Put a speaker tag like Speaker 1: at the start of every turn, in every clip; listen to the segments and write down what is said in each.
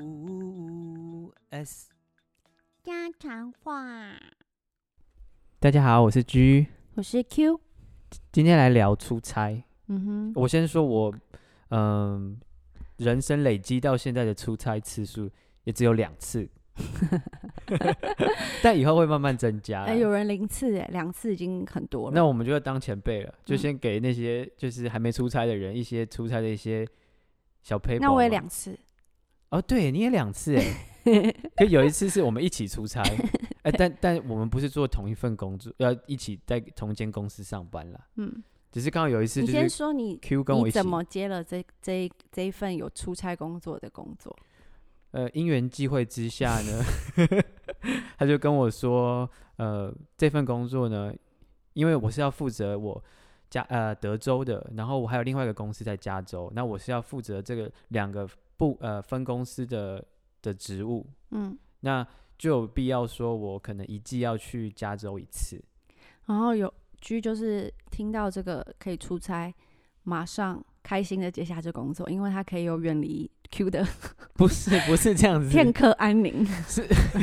Speaker 1: U S。
Speaker 2: 家常话。
Speaker 1: 大家好，我是 G，
Speaker 2: 我是 Q，
Speaker 1: 今天来聊出差。
Speaker 2: 嗯哼，
Speaker 1: 我先说我，嗯、人生累积到现在的出差次数也只有两 次，但以后会慢慢增加啦。
Speaker 2: 哎、有人零次哎，两次已经很多了。
Speaker 1: 那我们就要当前辈了，就
Speaker 2: 嗯
Speaker 1: 先给那些就是还没出差的人一些出差的一些小 paper。
Speaker 2: 那我也两次，
Speaker 1: 哦，对，你也两次哎， 可有一次是我们一起出差，哎，但但我们不是做同一份工作，要一起在同一间公司上班啦。
Speaker 2: 嗯，
Speaker 1: 只是刚好有一次
Speaker 2: 你
Speaker 1: 就
Speaker 2: 先
Speaker 1: 是
Speaker 2: 说你
Speaker 1: Q 跟我
Speaker 2: 你
Speaker 1: 一起
Speaker 2: 怎，么接了这这这一份有出差工作的工作？
Speaker 1: 呃，因缘际会之下呢， 他就跟我说，呃，这份工作呢，因为我是要负责我加呃德州的，然后我还有另外一个公司在加州，那我是要负责这个两个部呃分公司的的职务，
Speaker 2: 嗯，
Speaker 1: 那就有必要说，我可能一季要去加州一次。
Speaker 2: 然后有 G 就是听到这个可以出差，马上开心的接下这工作，因为他可以有远离 Q 的
Speaker 1: 不 是，不是这样子，
Speaker 2: 片刻安宁。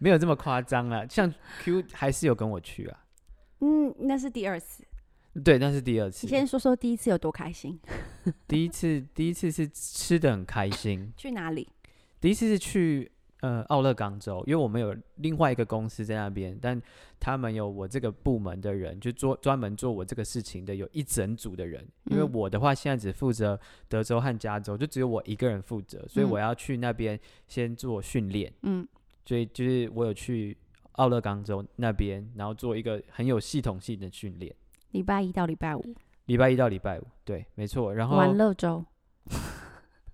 Speaker 1: 没有这么夸张啦。像 Q 还是有跟我去啊，
Speaker 2: 嗯，那是第二次。
Speaker 1: 对，那是第二次
Speaker 2: 你。先说说第一次有多开心，
Speaker 1: 第一次，第一次是吃的很开心，
Speaker 2: 去哪里？
Speaker 1: 第一次是去呃奥勒冈州，因为我们有另外一个公司在那边，但他们有我这个部门的人，就做专门做我这个事情的，有一整组的人。因为
Speaker 2: 嗯
Speaker 1: 我的话现在只负责德州和加州，就只有我一个人负责，所以
Speaker 2: 嗯
Speaker 1: 我要去那边先做训练。
Speaker 2: 嗯，
Speaker 1: 所以就是我有去奥勒冈州那边，然后做一个很有系统性的训练，
Speaker 2: 礼拜一到礼拜五，
Speaker 1: 礼拜一到礼拜五，对，没错。然后
Speaker 2: 玩乐周。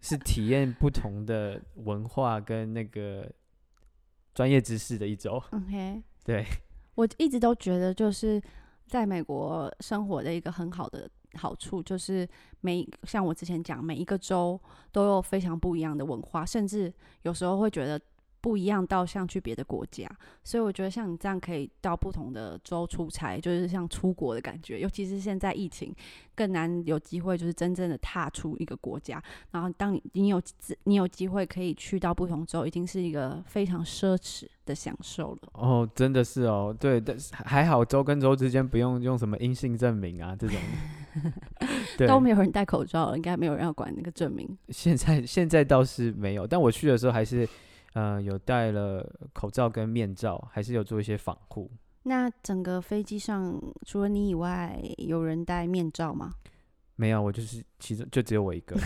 Speaker 1: 是体验不同的文化跟那个专业知识的一周。
Speaker 2: OK，
Speaker 1: 对，
Speaker 2: 我一直都觉得就是在美国生活的一个很好的好处，就是每像我之前讲，每一个州都有非常不一样的文化，甚至有时候会觉得。不一样到像去别的国家，所以我觉得像你这样可以到不同的州出差，就是像出国的感觉。尤其是现在疫情，更难有机会就是真正的踏出一个国家。然后当你你有你有机会可以去到不同州，已经是一个非常奢侈的享受了。
Speaker 1: 哦，真的是哦，对，但是还好州跟州之间不用用什么阴性证明啊这 种的。对，
Speaker 2: 都没有人戴口罩了，应该没有人要管那个证明。
Speaker 1: 现在现在倒是没有，但我去的时候还是，呃，有戴了口罩跟面罩，还是有做一些防护。
Speaker 2: 那整个飞机上除了你以外，有人戴面罩吗？
Speaker 1: 没有，我就是其中就只有我 一个。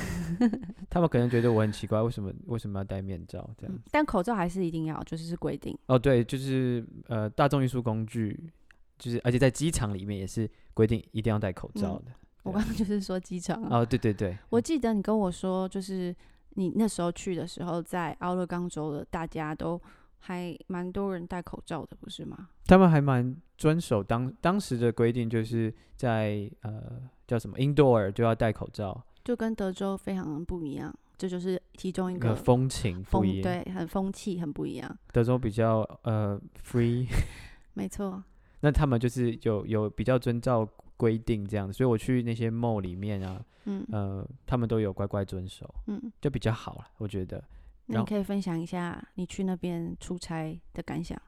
Speaker 1: 他们可能觉得我很奇怪，为什么为什么要戴面罩这样？
Speaker 2: 但口罩还是一定要，就是是规定。
Speaker 1: 哦，嗯对，就是呃，大众运输工具，就是而且在机场里面也是规定一定要戴口罩的。
Speaker 2: 我
Speaker 1: 对
Speaker 2: 刚刚就是说机场啊，
Speaker 1: 哦，对对对，
Speaker 2: 嗯我记得你跟我说，就是你那时候去的时候，在奥勒冈州的大家都还蛮多人戴口罩的，不是吗？
Speaker 1: 他们还蛮遵守当当时的规定，就是在呃叫什么 indoor 就要戴口罩，
Speaker 2: 就跟德州非常不一样，这就是其中一
Speaker 1: 那
Speaker 2: 个
Speaker 1: 个风情不
Speaker 2: 风
Speaker 1: 一样。
Speaker 2: 对，很风气很不一样，
Speaker 1: 德州比较呃 free，
Speaker 2: 没错。
Speaker 1: 那他们就是有有比较遵照规定这样子，所以我去那些 mall 里面啊，
Speaker 2: 嗯
Speaker 1: 呃，他们都有乖乖遵守，
Speaker 2: 嗯，
Speaker 1: 就比较好了，我觉得。
Speaker 2: 那
Speaker 1: 然
Speaker 2: 你
Speaker 1: 后
Speaker 2: 可以分享一下你去那边出差的感想。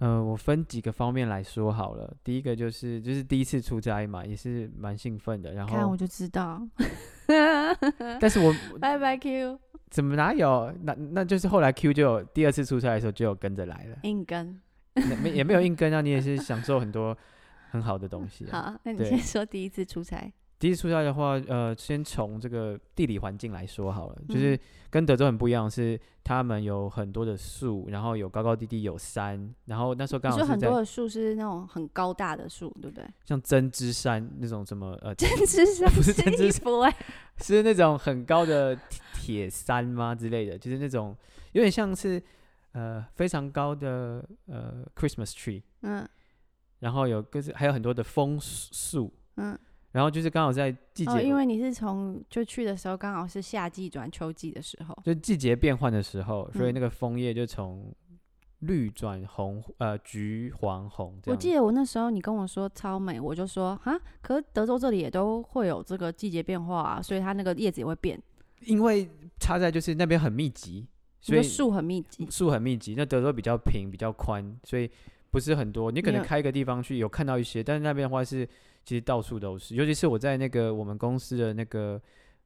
Speaker 1: 呃，我分几个方面来说好了。第一个就是就是第一次出差嘛，也是蛮兴奋的。然
Speaker 2: 看
Speaker 1: 后
Speaker 2: 我，就知 道。
Speaker 1: 但是我
Speaker 2: 拜拜 Q，
Speaker 1: 怎么哪有？那那就是后来 Q 就有第二次出差的时候就有跟着来 了，
Speaker 2: 硬跟。
Speaker 1: 那没也没有硬跟啊，你也是享受很多很好的东西、啊。
Speaker 2: 好，那你
Speaker 1: 对
Speaker 2: 先说第一次出差。
Speaker 1: 第一次出差的话，呃，先从这个地理环境来说好了，就
Speaker 2: 嗯
Speaker 1: 是跟德州很不一样，是他们有很多的树，然后有高高低低，有山，然后那时候
Speaker 2: 你
Speaker 1: 刚好
Speaker 2: 说
Speaker 1: 是
Speaker 2: 很
Speaker 1: 在
Speaker 2: 多的树是那种很高大的树，对不 对？
Speaker 1: 像针织山那种什 么呃，
Speaker 2: 针织衫
Speaker 1: 不是
Speaker 2: 是
Speaker 1: 针织
Speaker 2: 衣服哎、
Speaker 1: 是那种很高的铁铁山吗之类的，就是那种有点像是呃非常高的呃 Christmas tree，
Speaker 2: 嗯
Speaker 1: 然后有就是还有很多的枫树，
Speaker 2: 嗯。
Speaker 1: 然后就是刚好在季节、
Speaker 2: 哦，因为你是从就去的时候刚好是夏季转秋季的时候，
Speaker 1: 就季节变换的时候，所以
Speaker 2: 嗯
Speaker 1: 那个枫叶就从绿转红，呃橘黄红这
Speaker 2: 我
Speaker 1: 样子。
Speaker 2: 记得我那时候你跟我说超美，我就说哈，可是德州这里也都会有这个季节变化啊，所以它那个叶子也会变。
Speaker 1: 因为差在就是那边很密集，
Speaker 2: 你
Speaker 1: 所
Speaker 2: 的
Speaker 1: 以
Speaker 2: 树很密集，
Speaker 1: 树很密集。那德州比较平，比较宽，所以不是很多。你可
Speaker 2: 没
Speaker 1: 能
Speaker 2: 有
Speaker 1: 开一个地方去有看到一些，但是那边的话是其实到处都是，尤其是我在那个我们公司的那个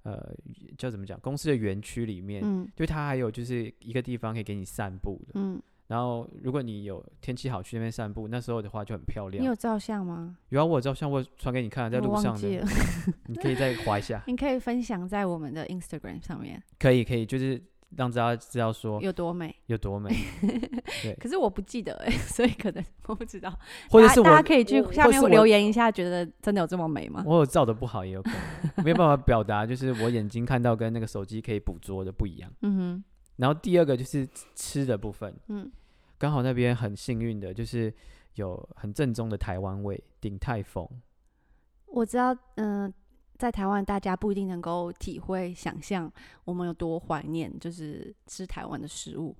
Speaker 1: 呃叫怎么讲，公司的园区里面，
Speaker 2: 嗯
Speaker 1: 就它还有就是一个地方可以给你散步的。
Speaker 2: 嗯，
Speaker 1: 然后如果你有天气好去那边散步，那时候的话就很漂
Speaker 2: 你
Speaker 1: 亮。
Speaker 2: 有照相吗？
Speaker 1: 有啊，我有照相我有传给你看啊，在
Speaker 2: 我
Speaker 1: 路
Speaker 2: 忘
Speaker 1: 上
Speaker 2: 记
Speaker 1: 的
Speaker 2: 了，，
Speaker 1: 你可以再划一
Speaker 2: 。
Speaker 1: 下
Speaker 2: 你可以分享在我们的 Instagram 上面
Speaker 1: 可以可以，就是让大家知道说
Speaker 2: 有多美。
Speaker 1: 有多 美，
Speaker 2: 可是我不记得哎、 所以可能我不知道。
Speaker 1: 或者
Speaker 2: 大
Speaker 1: 是
Speaker 2: 大家
Speaker 1: 我
Speaker 2: 可以去
Speaker 1: 我
Speaker 2: 下
Speaker 1: 或
Speaker 2: 面
Speaker 1: 是我
Speaker 2: 留言一下，觉得真的有这么美吗？
Speaker 1: 我有照的不好也有可能，没有办法表达，就是我眼睛看到跟那个手机可以捕捉的不一样。
Speaker 2: 嗯
Speaker 1: 然后第二个就是吃的部分，
Speaker 2: 哼，嗯，
Speaker 1: 刚好那边很幸运的就是有很正宗的台湾味，鼎泰丰。
Speaker 2: 我知道，嗯、在台湾大家不一定能够体会、想象我们有多怀念，就是吃台湾的食物。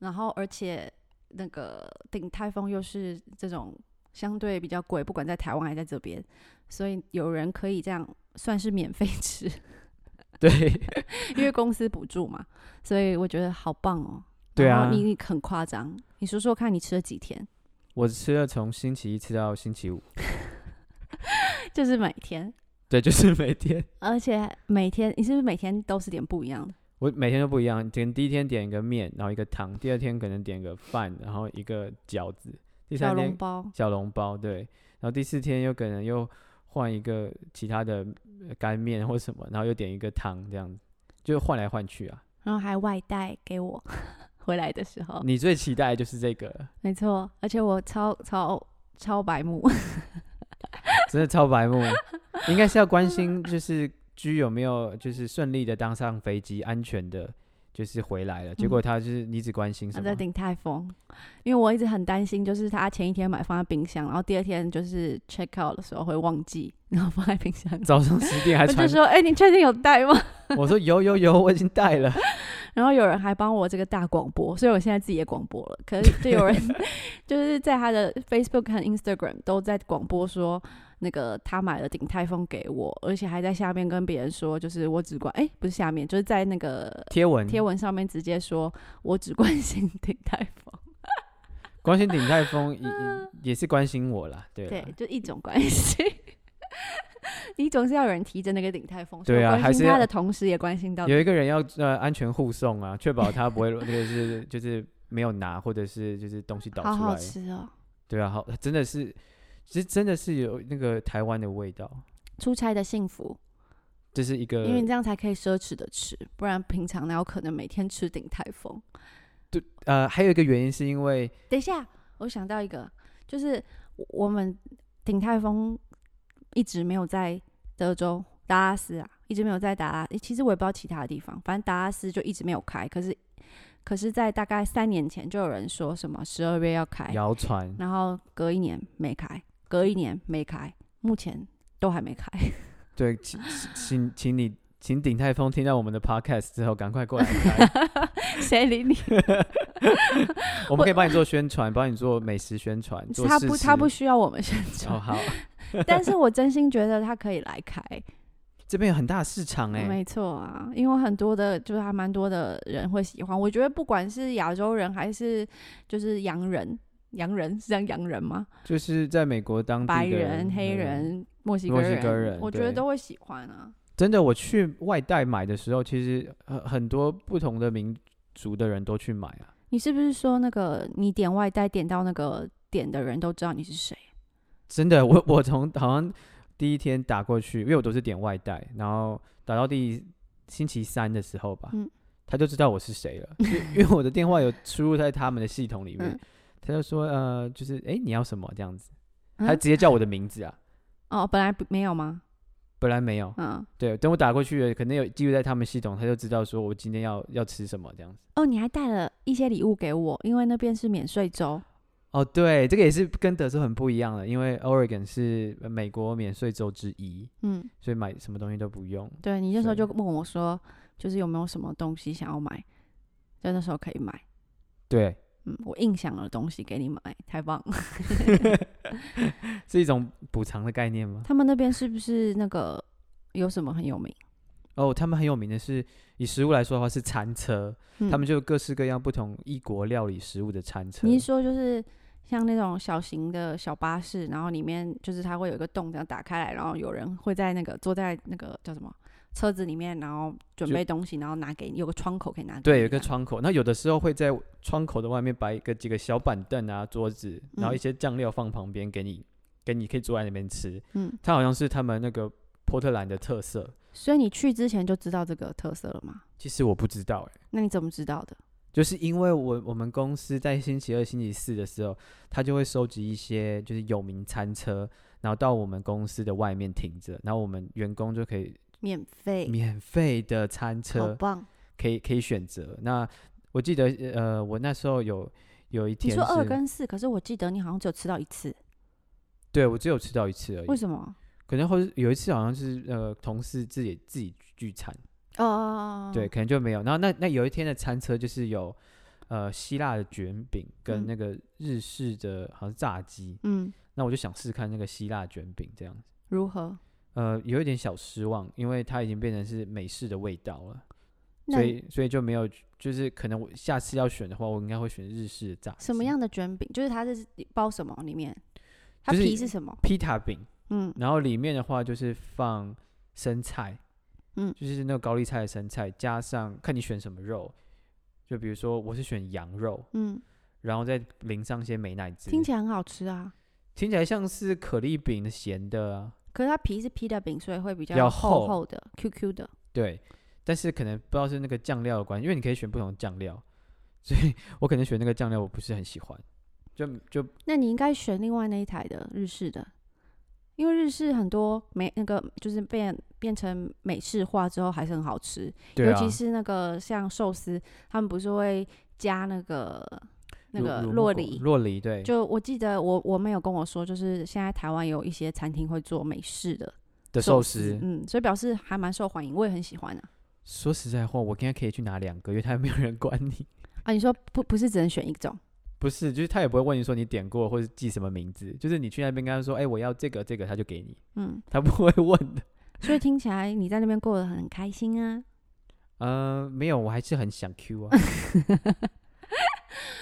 Speaker 2: 然后，而且那个鼎泰丰又是这种相对比较贵，不管在台湾还是在这边，所以有人可以这样算是免费 吃，
Speaker 1: 对
Speaker 2: 因为公司补助嘛。所以我觉得好棒哦。
Speaker 1: 对
Speaker 2: 然后
Speaker 1: 啊，
Speaker 2: 你你很夸张，你说说看你吃了几天？
Speaker 1: 我吃了从星期一吃到星期五，
Speaker 2: 就是每天，
Speaker 1: 对，就是每天
Speaker 2: 而且每天你是不是每天都是点不一样的？
Speaker 1: 我每天都不一样，点第一天点一个面，然后一个汤，第二天可能点个饭，然后一个饺子，第
Speaker 2: 小
Speaker 1: 三
Speaker 2: 笼
Speaker 1: 天
Speaker 2: 包，
Speaker 1: 小笼包，对，然后第四天有可能又换一个其他的呃干面或什么，然后又点一个汤这样子，就换来换去啊。
Speaker 2: 然后还外带给 我回来的时候，
Speaker 1: 你最期待的就是这个了，
Speaker 2: 没错，而且我超超超白目，
Speaker 1: 真的超白 目，应该是要关心就是居有没有就是顺利的当上飞机，安全的就是回来了。结
Speaker 2: 嗯
Speaker 1: 果他就是你只关心
Speaker 2: 他
Speaker 1: 什
Speaker 2: 在
Speaker 1: 么？
Speaker 2: 顶泰丰，因为我一直很担心，就是他前一天买放在冰箱，然后第二天就是 check out 的时候会忘记，然后放在冰箱 里。
Speaker 1: 早上十点还
Speaker 2: 我就
Speaker 1: 传，
Speaker 2: 说：“哎、你确定有带吗
Speaker 1: 我说有有有，我已经带了。？”
Speaker 2: 然后有人还帮我这个大广播，所以我现在自己也广播了。可是就有 人就是在他的 Facebook 和 Instagram 都在广播说，那个他买了顶泰丰给我，而且还在下面跟别人说，就是我只关哎、不是下面，就是在那个
Speaker 1: 贴文
Speaker 2: 贴文上面直接说，我只关心顶泰丰，
Speaker 1: 关心鼎泰丰也也是关心我啦，对啊啦
Speaker 2: 嗯对，就一种关 心。你总是要有人提着那个顶泰丰，所以
Speaker 1: 对啊
Speaker 2: 我
Speaker 1: 还
Speaker 2: 关
Speaker 1: 是
Speaker 2: 心他
Speaker 1: 要
Speaker 2: 的同时也关心到
Speaker 1: 有一个人要呃安全护送啊，确保他不会 就是就是没有拿或者是就是东西倒出来。
Speaker 2: 好好吃哦。
Speaker 1: 对啊，好，真的是，其实真的是有那个台湾的味道，
Speaker 2: 出差的幸福，
Speaker 1: 这是一个
Speaker 2: 因为你这样才可以奢侈的吃，不然平常哪有可能每天吃顶泰丰？
Speaker 1: 呃，还有一个原因是因为
Speaker 2: 等一下，我想到一个，就是我我们鼎泰丰一直没有在德州达拉斯啊，一直没有在达拉、诶其实我也不知道其他的地方，反正达拉斯就一直没有开。可是，可是在大概三年前就有人说什么十二月要开，
Speaker 1: 谣传，
Speaker 2: 然后隔一年没开，隔一年没开，目前都还没开。
Speaker 1: 对，请请请请你请鼎泰丰听到我们的 podcast 之后，赶快过 来开，
Speaker 2: 谁理你？
Speaker 1: 我们可以帮你做宣传，帮你做美食宣传， 做
Speaker 2: 他
Speaker 1: 试
Speaker 2: 不，他
Speaker 1: 吃
Speaker 2: 不需要我们宣
Speaker 1: 哦
Speaker 2: 传，
Speaker 1: 好，
Speaker 2: 但是我真心觉得他可以来开。
Speaker 1: 这边有很大的市场 哎、
Speaker 2: 没错啊，因为很多的，就是还蛮多的人会喜欢。我觉得不管是亚洲人还是就是洋人，洋人是讲洋 人吗？
Speaker 1: 就是在美国当地
Speaker 2: 白
Speaker 1: 的
Speaker 2: 人、黑
Speaker 1: 嗯
Speaker 2: 人、墨西
Speaker 1: 墨西
Speaker 2: 人，
Speaker 1: 哥人
Speaker 2: 我觉得
Speaker 1: 对
Speaker 2: 都会喜欢啊。
Speaker 1: 真的，我去外带买的时候，其实很很多不同的民族的人都去买啊。
Speaker 2: 你是不是说那个你点外带点到那个点的人都知道你是谁？
Speaker 1: 真的，我 我从好像第一天打过去，因为我都是点外带，然后打到第星期三的时候吧，
Speaker 2: 嗯
Speaker 1: 他就知道我是谁 了，因为因为我的电话有输入在他们的系统里面，
Speaker 2: 嗯
Speaker 1: 他就说呃，就是哎、诶你要什么这样子，
Speaker 2: 嗯
Speaker 1: 他直接叫我的名字啊，
Speaker 2: 哦，本来不没有吗？
Speaker 1: 本来没有，
Speaker 2: 嗯，
Speaker 1: 对，等我打过去了，可能有记录在他们系统，他就知道说我今天要要吃什么这样子。
Speaker 2: 哦，你还带了一些礼物给我，因为那边是免税州。
Speaker 1: 哦，对，这个也是跟德州很不一样的，因为 Oregon 是呃美国免税州之一，
Speaker 2: 嗯，
Speaker 1: 所以买什么东西都不用。
Speaker 2: 对你那时候
Speaker 1: 所
Speaker 2: 就
Speaker 1: 以
Speaker 2: 问我说，就是有没有什么东西想要买，就那时候可以买。
Speaker 1: 对，
Speaker 2: 嗯，我印象的东西给你买，太棒了。
Speaker 1: 是一种补偿的概念吗？
Speaker 2: 他们那边是不是那个有什么很有名？
Speaker 1: 哦，他们很有名的是以食物来说的话是餐车，
Speaker 2: 嗯
Speaker 1: 他们就有各式各样不同异国料理食物的餐车。
Speaker 2: 你一说就是像那种小型的小巴士，然后里面就是它会有一个洞这样打开来，然后有人会在那个坐在那个叫什么车子里面，然后准
Speaker 1: 就
Speaker 2: 备东西，然后拿给你，有个窗口可以拿给你这样。
Speaker 1: 对，有一个窗口，那有的时候会在窗口的外面摆一个几个小板凳啊、桌子，然后一
Speaker 2: 嗯
Speaker 1: 些酱料放旁边给你，给你可以坐在那边吃。
Speaker 2: 嗯，
Speaker 1: 它好像是他们那个波特兰的特色。
Speaker 2: 所以你去之前就知道这个特色了吗？
Speaker 1: 其实我不知道、欸，
Speaker 2: 那你怎么知道的？
Speaker 1: 就是因为我我们公司在星期二、星期四的时候，他就会收集一些就是有名餐车，然后到我们公司的外面停着，然后我们员工就可以
Speaker 2: 免费，
Speaker 1: 免费的餐
Speaker 2: 好
Speaker 1: 车
Speaker 2: 棒！
Speaker 1: 可以可以选择。那我记得呃，我那时候有有一
Speaker 2: 你
Speaker 1: 天
Speaker 2: 说二
Speaker 1: 是，
Speaker 2: 跟四，可是我记得你好像只有吃到一次，
Speaker 1: 对我只有吃到一次而已
Speaker 2: 为。什么？啊
Speaker 1: 可能或是有一次好像是呃同事自己自己聚餐，
Speaker 2: 哦哦，哦
Speaker 1: 对，，可能就没有。然后那那有一天的餐车就是有呃希腊的卷饼跟
Speaker 2: 嗯
Speaker 1: 那个日式的好像炸鸡，
Speaker 2: 嗯，
Speaker 1: 那我就想试看那个希腊卷饼这样子。
Speaker 2: 如何？
Speaker 1: 呃，有一点小失望，因为它已经变成是美式的味道了，
Speaker 2: 那
Speaker 1: 所以所以就没有，就是可能我下次要选的话，我应该会选日式的炸。
Speaker 2: 什么？样的卷饼？就是它是包什么里面？它
Speaker 1: 就是
Speaker 2: 皮是什么？
Speaker 1: 披萨饼，
Speaker 2: 嗯
Speaker 1: 然后里面的话就是放生菜，
Speaker 2: 嗯
Speaker 1: 就是那个高丽菜的生菜，加上看你选什么肉，就比如说我是选羊肉，
Speaker 2: 嗯，
Speaker 1: 然后再淋上一些美乃滋，
Speaker 2: 听起来很好吃啊。
Speaker 1: 听起来像是可丽饼的咸的啊，
Speaker 2: 可是它皮是披的饼，所以会比
Speaker 1: 比较
Speaker 2: 较
Speaker 1: 厚
Speaker 2: 厚厚的、Q Q 的。
Speaker 1: 对，但是可能不知道是那个酱料的关系，因为你可以选不同的酱料， 所以我可能选那个酱料我不是很喜欢，就就
Speaker 2: 那你应该选另外那一台的日式的，因为日式很多美那个就是变变成美式化之后还是很好吃，
Speaker 1: 对
Speaker 2: 尤
Speaker 1: 啊
Speaker 2: 其，是那个像寿司，他们不是会加那个那
Speaker 1: 乳
Speaker 2: 个
Speaker 1: 乳木
Speaker 2: 洛
Speaker 1: 果
Speaker 2: 梨，
Speaker 1: 洛梨对，
Speaker 2: 就我记得我我妹有跟我说，就是现在台湾有一些餐厅会做美式的
Speaker 1: 的寿司，
Speaker 2: 嗯，所以表示还蛮受欢迎，我也很喜欢啊。
Speaker 1: 说实在话，我应该可以去拿两个，因为他没有人管你。
Speaker 2: 啊，你说不不是只能选一种，
Speaker 1: 不是，就是他也不会问你说你点过或者记什么名字，就是你去那边跟他说，哎、我要这个这个，他就给你，
Speaker 2: 嗯，
Speaker 1: 他不会问的。
Speaker 2: 所以听起来你在那边过得很开心啊。
Speaker 1: 呃，没有，我还是很想 Q 啊，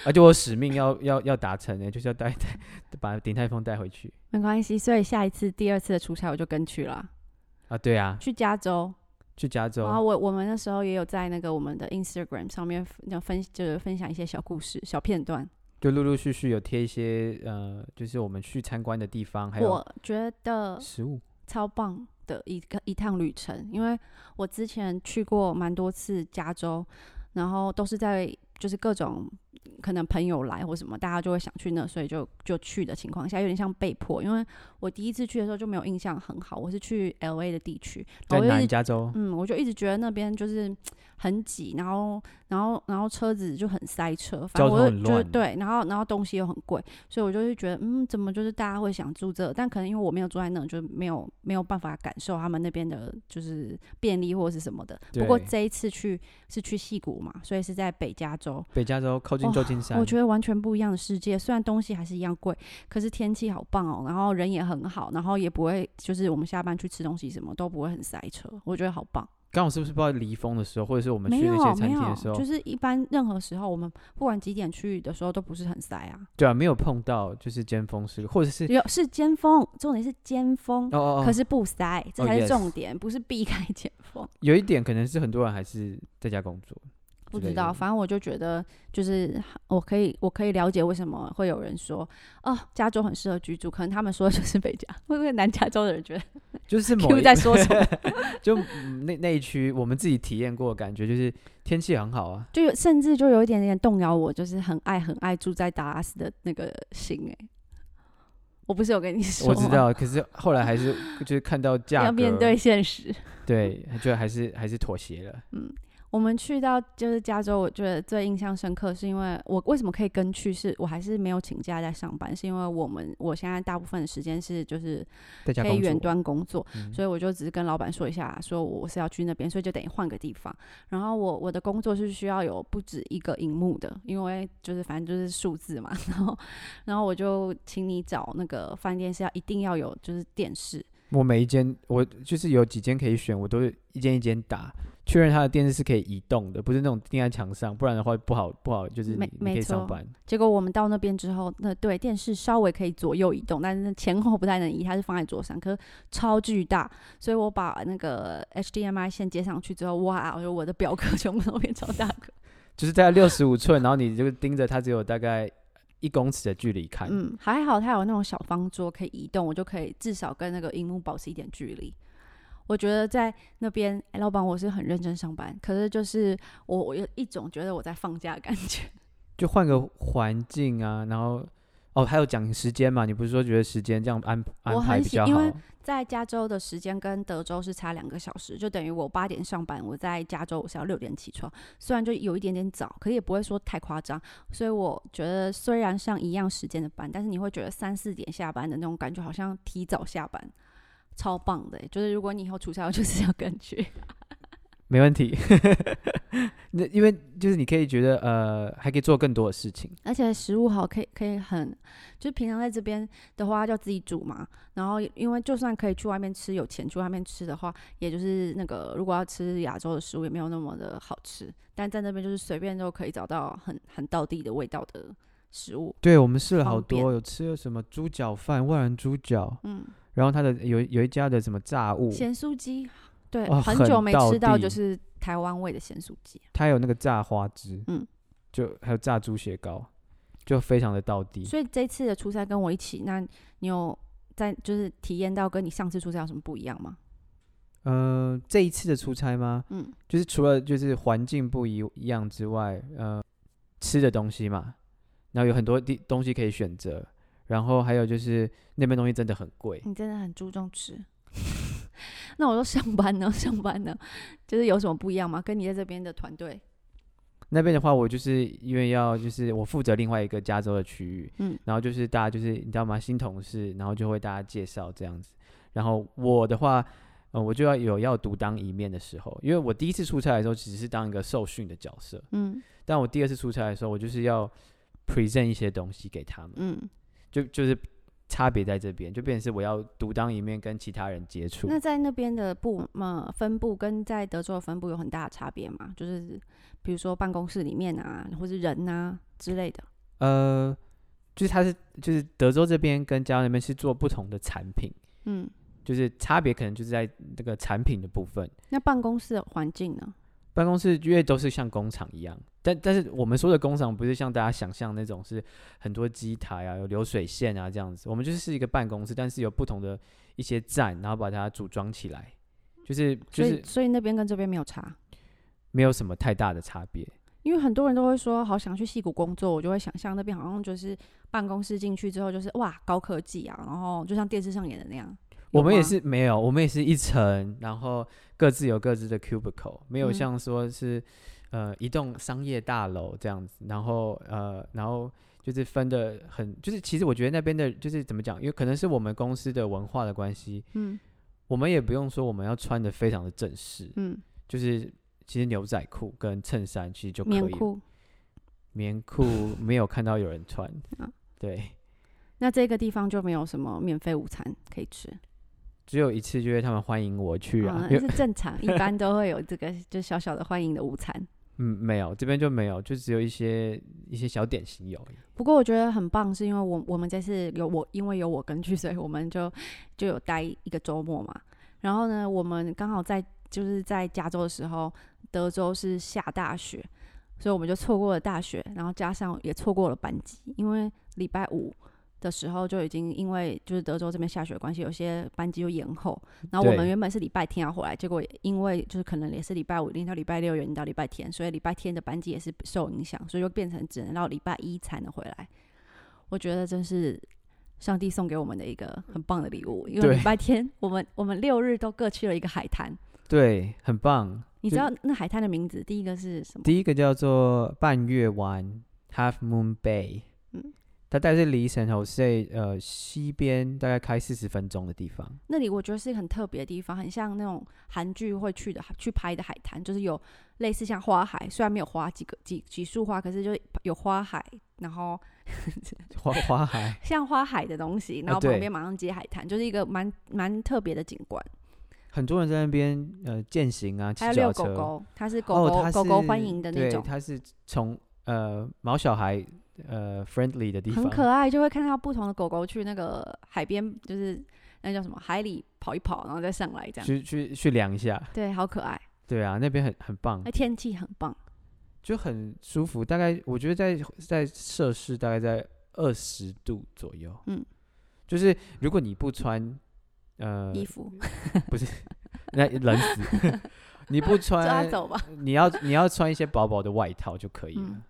Speaker 1: 而且我使命要要要达成呢、欸就是要带带把鼎泰丰带回去
Speaker 2: 没关系，所以下一次第二次的出差我就跟去了，
Speaker 1: 啊，对啊，
Speaker 2: 去加州。
Speaker 1: 去加州
Speaker 2: 然后我我们那时候也有在那个我们的 Instagram 上面就分就是分享一些小故事、小片段。
Speaker 1: 就陆陆续续有贴一些呃，就是我们去参观的地方，还有
Speaker 2: 我哦觉得
Speaker 1: 食物，
Speaker 2: 超棒的一个一趟旅程，因为我之前去过蛮多次加州，然后都是在就是各种可能朋友来或什么，大家就会想去那，所以就就去的情况下，有点像被迫。因为我第一次去的时候就没有印象很好，我是去 L A 的地区，
Speaker 1: 在
Speaker 2: 然后我就一
Speaker 1: 南
Speaker 2: 直
Speaker 1: 加州，
Speaker 2: 嗯，我就一直觉得那边就是很挤，然后然后然后车子就很塞车，
Speaker 1: 交
Speaker 2: 反正
Speaker 1: 通
Speaker 2: 我就
Speaker 1: 很
Speaker 2: 就是
Speaker 1: 乱
Speaker 2: 对，然后然后东西又很贵，所以我就会觉得，嗯，怎么就是大家会想住这？但可能因为我没有住在那，就没有没有办法感受他们那边的就是便利或是什么的。不过
Speaker 1: 对
Speaker 2: 这一次去是去戏谷嘛，所以是在北加州，
Speaker 1: 北加州靠近
Speaker 2: 哇
Speaker 1: 旧金山，
Speaker 2: 我觉得完全不一样的世界，虽然东西还是一样贵，可是天气好棒哦，然后人也很好，然后也不会就是我们下班去吃东西什么都不会很塞车，我觉得好棒。
Speaker 1: 刚好是不是不知道离峰的时候，或者是我们
Speaker 2: 没
Speaker 1: 去
Speaker 2: 有
Speaker 1: 那些餐
Speaker 2: 没
Speaker 1: 厅
Speaker 2: 有
Speaker 1: 的时，候，
Speaker 2: 就是一般任何时候，我们不管几点去的时候都不是很塞啊。
Speaker 1: 对啊，没有碰到就是尖峰时刻，或者是
Speaker 2: 有是尖峰，重点是尖峰，
Speaker 1: 哦哦，哦
Speaker 2: 可是不塞，这
Speaker 1: 哦
Speaker 2: 才是
Speaker 1: yes
Speaker 2: 重点，不是避开尖峰。
Speaker 1: 有一点可能是很多人还是在家工作，
Speaker 2: 不
Speaker 1: 之类
Speaker 2: 知道，
Speaker 1: 的
Speaker 2: 反正我就觉得，就是我可以，我可以了解为什么会有人说，哦，加州很适合居住，可能他们说的就是北加， 会不会南加州的人觉得
Speaker 1: 就是某
Speaker 2: Q
Speaker 1: 一
Speaker 2: 在说什么？
Speaker 1: 就嗯那那一区我们自己体验过，感觉就是天气很好啊，
Speaker 2: 就有甚至就有一点点动摇我，就是很爱很爱住在达拉斯的那个心哎、我不是有跟你说
Speaker 1: 我
Speaker 2: 吗，
Speaker 1: 知道，可是后来还是就是看到价格，
Speaker 2: 要面对现实。
Speaker 1: 对，就还是还是妥协了。
Speaker 2: 嗯我们去到就是加州，我觉得最印象深刻是因为我为什么可以跟去是，我还是没有请假在上班，是因为我们我现在大部分的时间是就是
Speaker 1: 在家
Speaker 2: 可以
Speaker 1: 工
Speaker 2: 远
Speaker 1: 作，
Speaker 2: 端工作，
Speaker 1: 嗯
Speaker 2: 所以我就只是跟老板说一下，说我是要去那边，所以就等于换个地方。然后我我的工作是需要有不止一个荧幕的，因为就是反正就是数字 嘛，然后然后我就请你找那个饭店是要一定要有就是电视。
Speaker 1: 我每一间我就是有几间可以选，我都是一间一间打，确认它的电视是可以移动的，不是那种钉在墙上，不然的话不好不好，就是
Speaker 2: 没
Speaker 1: 你你
Speaker 2: 没
Speaker 1: 可以上
Speaker 2: 错
Speaker 1: 班。
Speaker 2: 结果我们到那边之后，那对电视稍微可以左右移动，但是那前后不太能移，它是放在桌上，可是超巨大，所以我把那个 HDMI 线接上去之后，哇，我觉得我的表格 全部都变超大个，
Speaker 1: 就是大概六十五寸，然后你就盯着它只有大概一公尺的距离看。
Speaker 2: 嗯，还好它有那种小方桌可以移动，我就可以至少跟那个荧幕保持一点距离。我觉得在那边，哎，老板，我是很认真上班，可是就是我，我有一种觉得我在放假的感觉。
Speaker 1: 就换个环境啊，然后哦，还有讲时间嘛，你不是说觉得时间这样安安
Speaker 2: 我
Speaker 1: 排
Speaker 2: 很
Speaker 1: 比
Speaker 2: 喜
Speaker 1: 较
Speaker 2: 因
Speaker 1: 好
Speaker 2: 为？在加州的时间跟德州是差两个小时，就等于我八点上班，我在加州我是要六点起床，虽然就有一点点早，可也不会说太夸张。所以我觉得虽然上一样时间的班，但是你会觉得三四点下班的那种感觉，好像提早下班，超棒的欸。就是如果你以后出差，我就是要跟去。
Speaker 1: 没问题。 那因为就是你可以觉得呃，还可以做更多的事情。
Speaker 2: 而且食物好，可以可以很，就是平常在这边的话要自己煮嘛。然后因为就算可以去外面吃，有钱去外面吃的话，也就是那个如果要吃亚洲的食物，也没有那么的好吃。但在那边就是随便都可以找到很很道地的味道的食物。
Speaker 1: 对我们试了好
Speaker 2: 方便
Speaker 1: 多，有吃了什么猪脚饭、万人猪脚，
Speaker 2: 嗯，
Speaker 1: 然后它的有有一家的什么炸物，
Speaker 2: 咸酥鸡，对，
Speaker 1: 哦
Speaker 2: 很
Speaker 1: 很
Speaker 2: 久没吃
Speaker 1: 道
Speaker 2: 到
Speaker 1: 地
Speaker 2: 就是台湾味的咸酥鸡。
Speaker 1: 它有那个炸花枝，
Speaker 2: 嗯，
Speaker 1: 就还有炸猪血糕，就非常的到地。
Speaker 2: 所以这次的出差跟我一起，那你有在就是体验到跟你上次出差有什么不一样吗？
Speaker 1: 呃，这一次的出差吗？
Speaker 2: 嗯，
Speaker 1: 就是除了就是环境不一一样之外，呃，吃的东西嘛，然后有很多地东西可以选择，然后还有就是那边东西真的很贵，
Speaker 2: 你真的很注重吃。 那我说上班呢，上班呢，就是有什么不一样吗？跟你在这边的团队，
Speaker 1: 那边的话，我就是因为要就是我负责另外一个加州的区域，
Speaker 2: 嗯
Speaker 1: 然后就是大家就是你知道吗？新同事，然后就会大家介绍这样子。然后我的话，呃，我就要有要独当一面的时候，因为我第一次出差的时候只是当一个受训的角色，
Speaker 2: 嗯
Speaker 1: 但我第二次出差的时候，我就是要 present 一些东西给他们，
Speaker 2: 嗯。
Speaker 1: 就就是差别在这边，就变成是我要独当一面跟其他人接触。
Speaker 2: 那在那边的部呃分部跟在德州的分部有很大的差别吗？就是比如说办公室里面啊，或是人啊之类的。
Speaker 1: 呃，就是他是就是德州这边跟加州那边是做不同的产品。
Speaker 2: 嗯，
Speaker 1: 就是差别可能就是在那个产品的部分。
Speaker 2: 那办公室的环境呢？
Speaker 1: 办公室因为都是像工厂一样，但但是我们说的工厂不是像大家想象那种是很多机台啊、有流水线啊这样子。我们就是一个办公室，但是有不同的一些站，然后把它组装起来，就是就
Speaker 2: 所
Speaker 1: 是
Speaker 2: 以所以那边跟这边没有差，
Speaker 1: 没有什么太大的差别。
Speaker 2: 因为很多人都会说好想去戏谷工作，我就会想象那边好像就是办公室进去之后就是哇高科技啊，然后就像电视上演的那样。
Speaker 1: 我们也
Speaker 2: 有吗
Speaker 1: 是没有，我们也是一层，然后各自有各自的 cubicle，没有
Speaker 2: 嗯
Speaker 1: 像说是、呃一栋商业大楼这样子，然后呃然后就是分的很，就是其实我觉得那边的就是怎么讲，因为可能是我们公司的文化的关系，
Speaker 2: 嗯
Speaker 1: 我们也不用说我们要穿的非常的正式，
Speaker 2: 嗯，
Speaker 1: 就是其实牛仔裤跟衬衫其实就可以
Speaker 2: 棉
Speaker 1: 了，
Speaker 2: 裤。
Speaker 1: 棉裤没有看到有人 穿
Speaker 2: 啊，
Speaker 1: 对，
Speaker 2: 那这个地方就没有什么免费午餐可以吃，
Speaker 1: 只有一次就是他们欢迎我去啊，因为
Speaker 2: 嗯，是正常，一般都会有这个就小小的欢迎的午餐。
Speaker 1: 嗯，没有，这边就没有，就只有一些一些小点心有而已。
Speaker 2: 不过我觉得很棒，是因为我我们这次有我，因为有我跟去，所以我们就就有待一个周末嘛。然后呢，我们刚好在就是在加州的时候，德州是下大雪，所以我们就错过了大雪，然后加上也错过了班机，因为礼拜五的时候就已经因为就是德州这边下雪的关系，有些班机就延后。然后我
Speaker 1: 对
Speaker 2: 们原本是礼拜天要回来，结果也因为就是可能也是礼拜五延到礼拜六，延到礼拜天，所以礼拜天的班机也是受影响，所以就变成只能到礼拜一才能回来。我觉得真是上帝送给我们的一个很棒的礼物，因为
Speaker 1: 对
Speaker 2: 礼拜天我们我们六日都各去了一个海滩。
Speaker 1: 对，很棒。
Speaker 2: 你
Speaker 1: 就
Speaker 2: 知道那海滩的名字？第一个是什么？
Speaker 1: 第一个叫做半月湾 （Half Moon Bay），
Speaker 2: 嗯
Speaker 1: 它大概是离圣何塞呃西边大概开四十分钟的地 方。
Speaker 2: 那里我觉得是一个很特别的地方，很像那种韩剧会去的去拍的海滩，就是有类似像花海，虽然没有花几个几几束花，可是就有花海，然后
Speaker 1: 花花海
Speaker 2: 像花海的东西，
Speaker 1: 啊
Speaker 2: 然后旁边马上接海滩，就是一个蛮蛮特别的景观。
Speaker 1: 很多人在那边呃践行啊，骑
Speaker 2: 还有
Speaker 1: 脚
Speaker 2: 遛
Speaker 1: 踏车。
Speaker 2: 狗狗，它是狗
Speaker 1: 哦
Speaker 2: 狗、
Speaker 1: 它
Speaker 2: 狗狗
Speaker 1: 是
Speaker 2: 欢迎的那
Speaker 1: 对
Speaker 2: 种，
Speaker 1: 它是从呃毛小孩呃 friendly 的地方，
Speaker 2: 很可爱，就会看到不同的狗狗去那个海边，就是那叫什么海里跑一跑，然后再上来这样。
Speaker 1: 去去去量一下。
Speaker 2: 对，好可爱，
Speaker 1: 对啊，那边很很棒
Speaker 2: 那，天气很棒。
Speaker 1: 就很舒服。大概我觉得在在摄氏大概在二十度左右。
Speaker 2: 嗯，
Speaker 1: 就是如果你不穿呃
Speaker 2: 衣服
Speaker 1: 那冷死，你不
Speaker 2: 抓
Speaker 1: 穿
Speaker 2: 走吧，
Speaker 1: 你要你要穿一些薄薄的外套就可以了。
Speaker 2: 嗯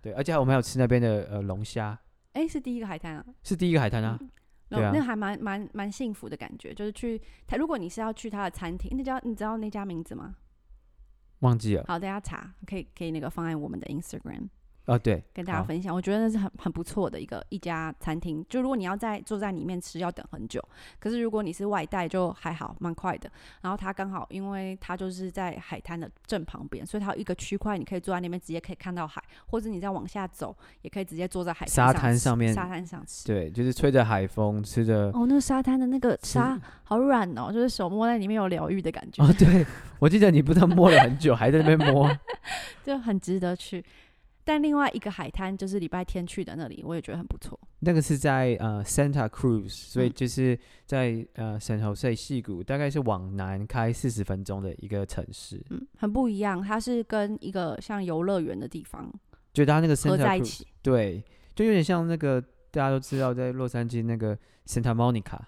Speaker 1: 对，而且我们还有吃那边的呃龙虾，
Speaker 2: 哎，是第一个海滩啊，
Speaker 1: 是第一个海滩啊。
Speaker 2: 然
Speaker 1: 对
Speaker 2: 后
Speaker 1: 啊
Speaker 2: 那还蛮蛮蛮幸福的感觉，就是去他，如果你是要去他的餐厅，那家你知道那家名字吗？
Speaker 1: 忘记了
Speaker 2: 好，大家查，可以可以那个放在我们的 Instagram
Speaker 1: 哦，对，
Speaker 2: 跟大家
Speaker 1: 好
Speaker 2: 分享。我觉得那是很很不错的一个一家餐厅，就如果你要在坐在里面吃，要等很久。可是如果你是外带，就还好，蛮快的。然后它刚好，因为它就是在海滩的正旁边，所以它有一个区块，你可以坐在那边直接可以看到海，或者你再往下走，也可以直接坐在海滩
Speaker 1: 沙滩
Speaker 2: 吃
Speaker 1: 上面
Speaker 2: 沙滩上吃。
Speaker 1: 对，就是吹着海风，吃着
Speaker 2: 哦，那沙滩的那个
Speaker 1: 吃
Speaker 2: 沙好软哦，就是手摸在里面有疗愈的感觉，
Speaker 1: 哦，对，我记得你不知道摸了很久，还在那边摸。
Speaker 2: 就很值得去。但另外一个海滩就是礼拜天去的那里，我也觉得很不错。
Speaker 1: 那个是在呃 Santa Cruz，所
Speaker 2: 嗯
Speaker 1: 以就是在呃 San Jose 西谷，大概是往南开四十分钟的一个城市。
Speaker 2: 嗯，很不一样，它是跟一个像游乐园的地方
Speaker 1: 就它那个
Speaker 2: 合
Speaker 1: Santa
Speaker 2: 在一
Speaker 1: Cruz，
Speaker 2: 起。
Speaker 1: 对，就有点像那个大家都知道在洛杉矶那个 Santa Monica，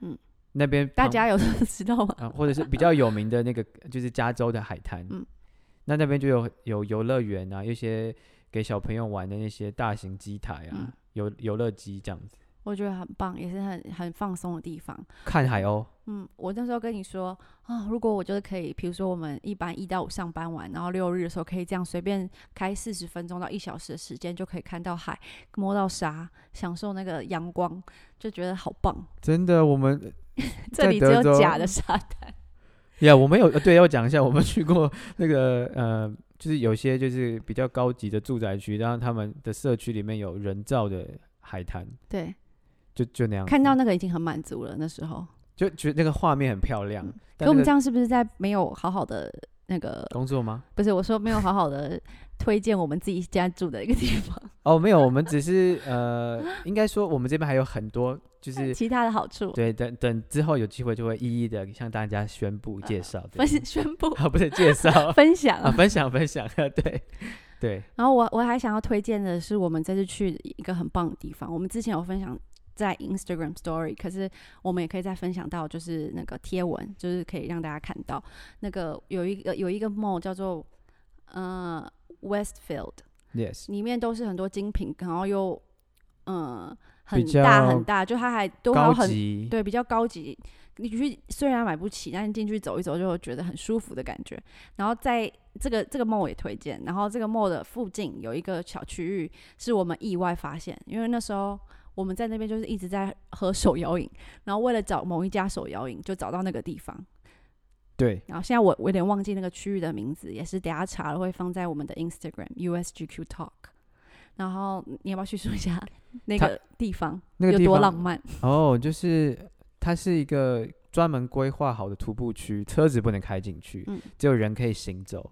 Speaker 2: 嗯，
Speaker 1: 那边
Speaker 2: 大
Speaker 1: 旁
Speaker 2: 家有 知道吗？
Speaker 1: 啊，或者是比较有名的那个，就是加州的海滩。
Speaker 2: 嗯，
Speaker 1: 那那边就有有游乐园啊，有一些给小朋友玩的那些大型机台啊，
Speaker 2: 嗯
Speaker 1: 游游乐机这样子。
Speaker 2: 我觉得很棒，也是很很放松的地方。
Speaker 1: 看海鸥，
Speaker 2: 嗯，我那时候跟你说啊，如果我就是可以，比如说我们一般一到五上班完，然后六日的时候可以这样随便开四十分钟到一小时的时间，就可以看到海，摸到沙，享受那个阳光，就觉得好棒。
Speaker 1: 真的，我们
Speaker 2: 这
Speaker 1: 在
Speaker 2: 里只
Speaker 1: 德
Speaker 2: 有
Speaker 1: 州
Speaker 2: 假的沙滩，
Speaker 1: 呀我们有呃对要讲一下，我们去过那个呃，就是有些就是比较高级的住宅区，然后他们的社区里面有人造的海滩，
Speaker 2: 对，
Speaker 1: 就就那样子，
Speaker 2: 看到那个已经很满足了。那时候，
Speaker 1: 就觉得那个画面很漂亮。但
Speaker 2: 嗯可我们
Speaker 1: 那个
Speaker 2: 这样是不是在没有好好的那个？
Speaker 1: 工作吗？
Speaker 2: 不是，我说没有好好的推荐我们自己家住的一个地方，
Speaker 1: 哦，没有，我们只是 呃，应该说我们这边还有很多，就是
Speaker 2: 其他的好处，啊
Speaker 1: 对，等等之后有机会就会一一的向大家宣布介绍。对
Speaker 2: 呃分宣布
Speaker 1: 啊，不是介绍
Speaker 2: 分享
Speaker 1: 啊，分享分享， 对对，
Speaker 2: 然后我我还想要推荐的是，我们这次去一个很棒的地方。我们之前有分享在 Instagram Story，可是我们也可以再分享到，就是那个贴文，就是可以让大家看到那个有一个有一个 mall 叫做呃 Westfield，
Speaker 1: ，yes，
Speaker 2: 里面都是很多精品，然后又嗯、呃很
Speaker 1: 比较
Speaker 2: 大很大，就它还都还有
Speaker 1: 高
Speaker 2: 很
Speaker 1: 级，
Speaker 2: 对，比较高级。你去虽然买不起，但是进去走一走就觉得很舒服的感觉。然后在这个这个 mall 也推荐，然后这个 mall 的附近有一个小区域是我们意外发现，因为那时候我们在那边就是一直在喝手摇饮，然后为了找某一家手摇饮就找到那个地方。
Speaker 1: 对，
Speaker 2: 然后现在我我有点忘记那个区域的名字，也是等一下查了会放在我们的 Instagram USGQ Talk。然后你要不要叙述一下那
Speaker 1: 它
Speaker 2: 个地方
Speaker 1: 那个
Speaker 2: 有
Speaker 1: 地
Speaker 2: 多
Speaker 1: 方
Speaker 2: 浪漫？
Speaker 1: 哦，就是它是一个专门规划好的徒步区，车子不能开进去，
Speaker 2: 嗯
Speaker 1: 只有人可以行走。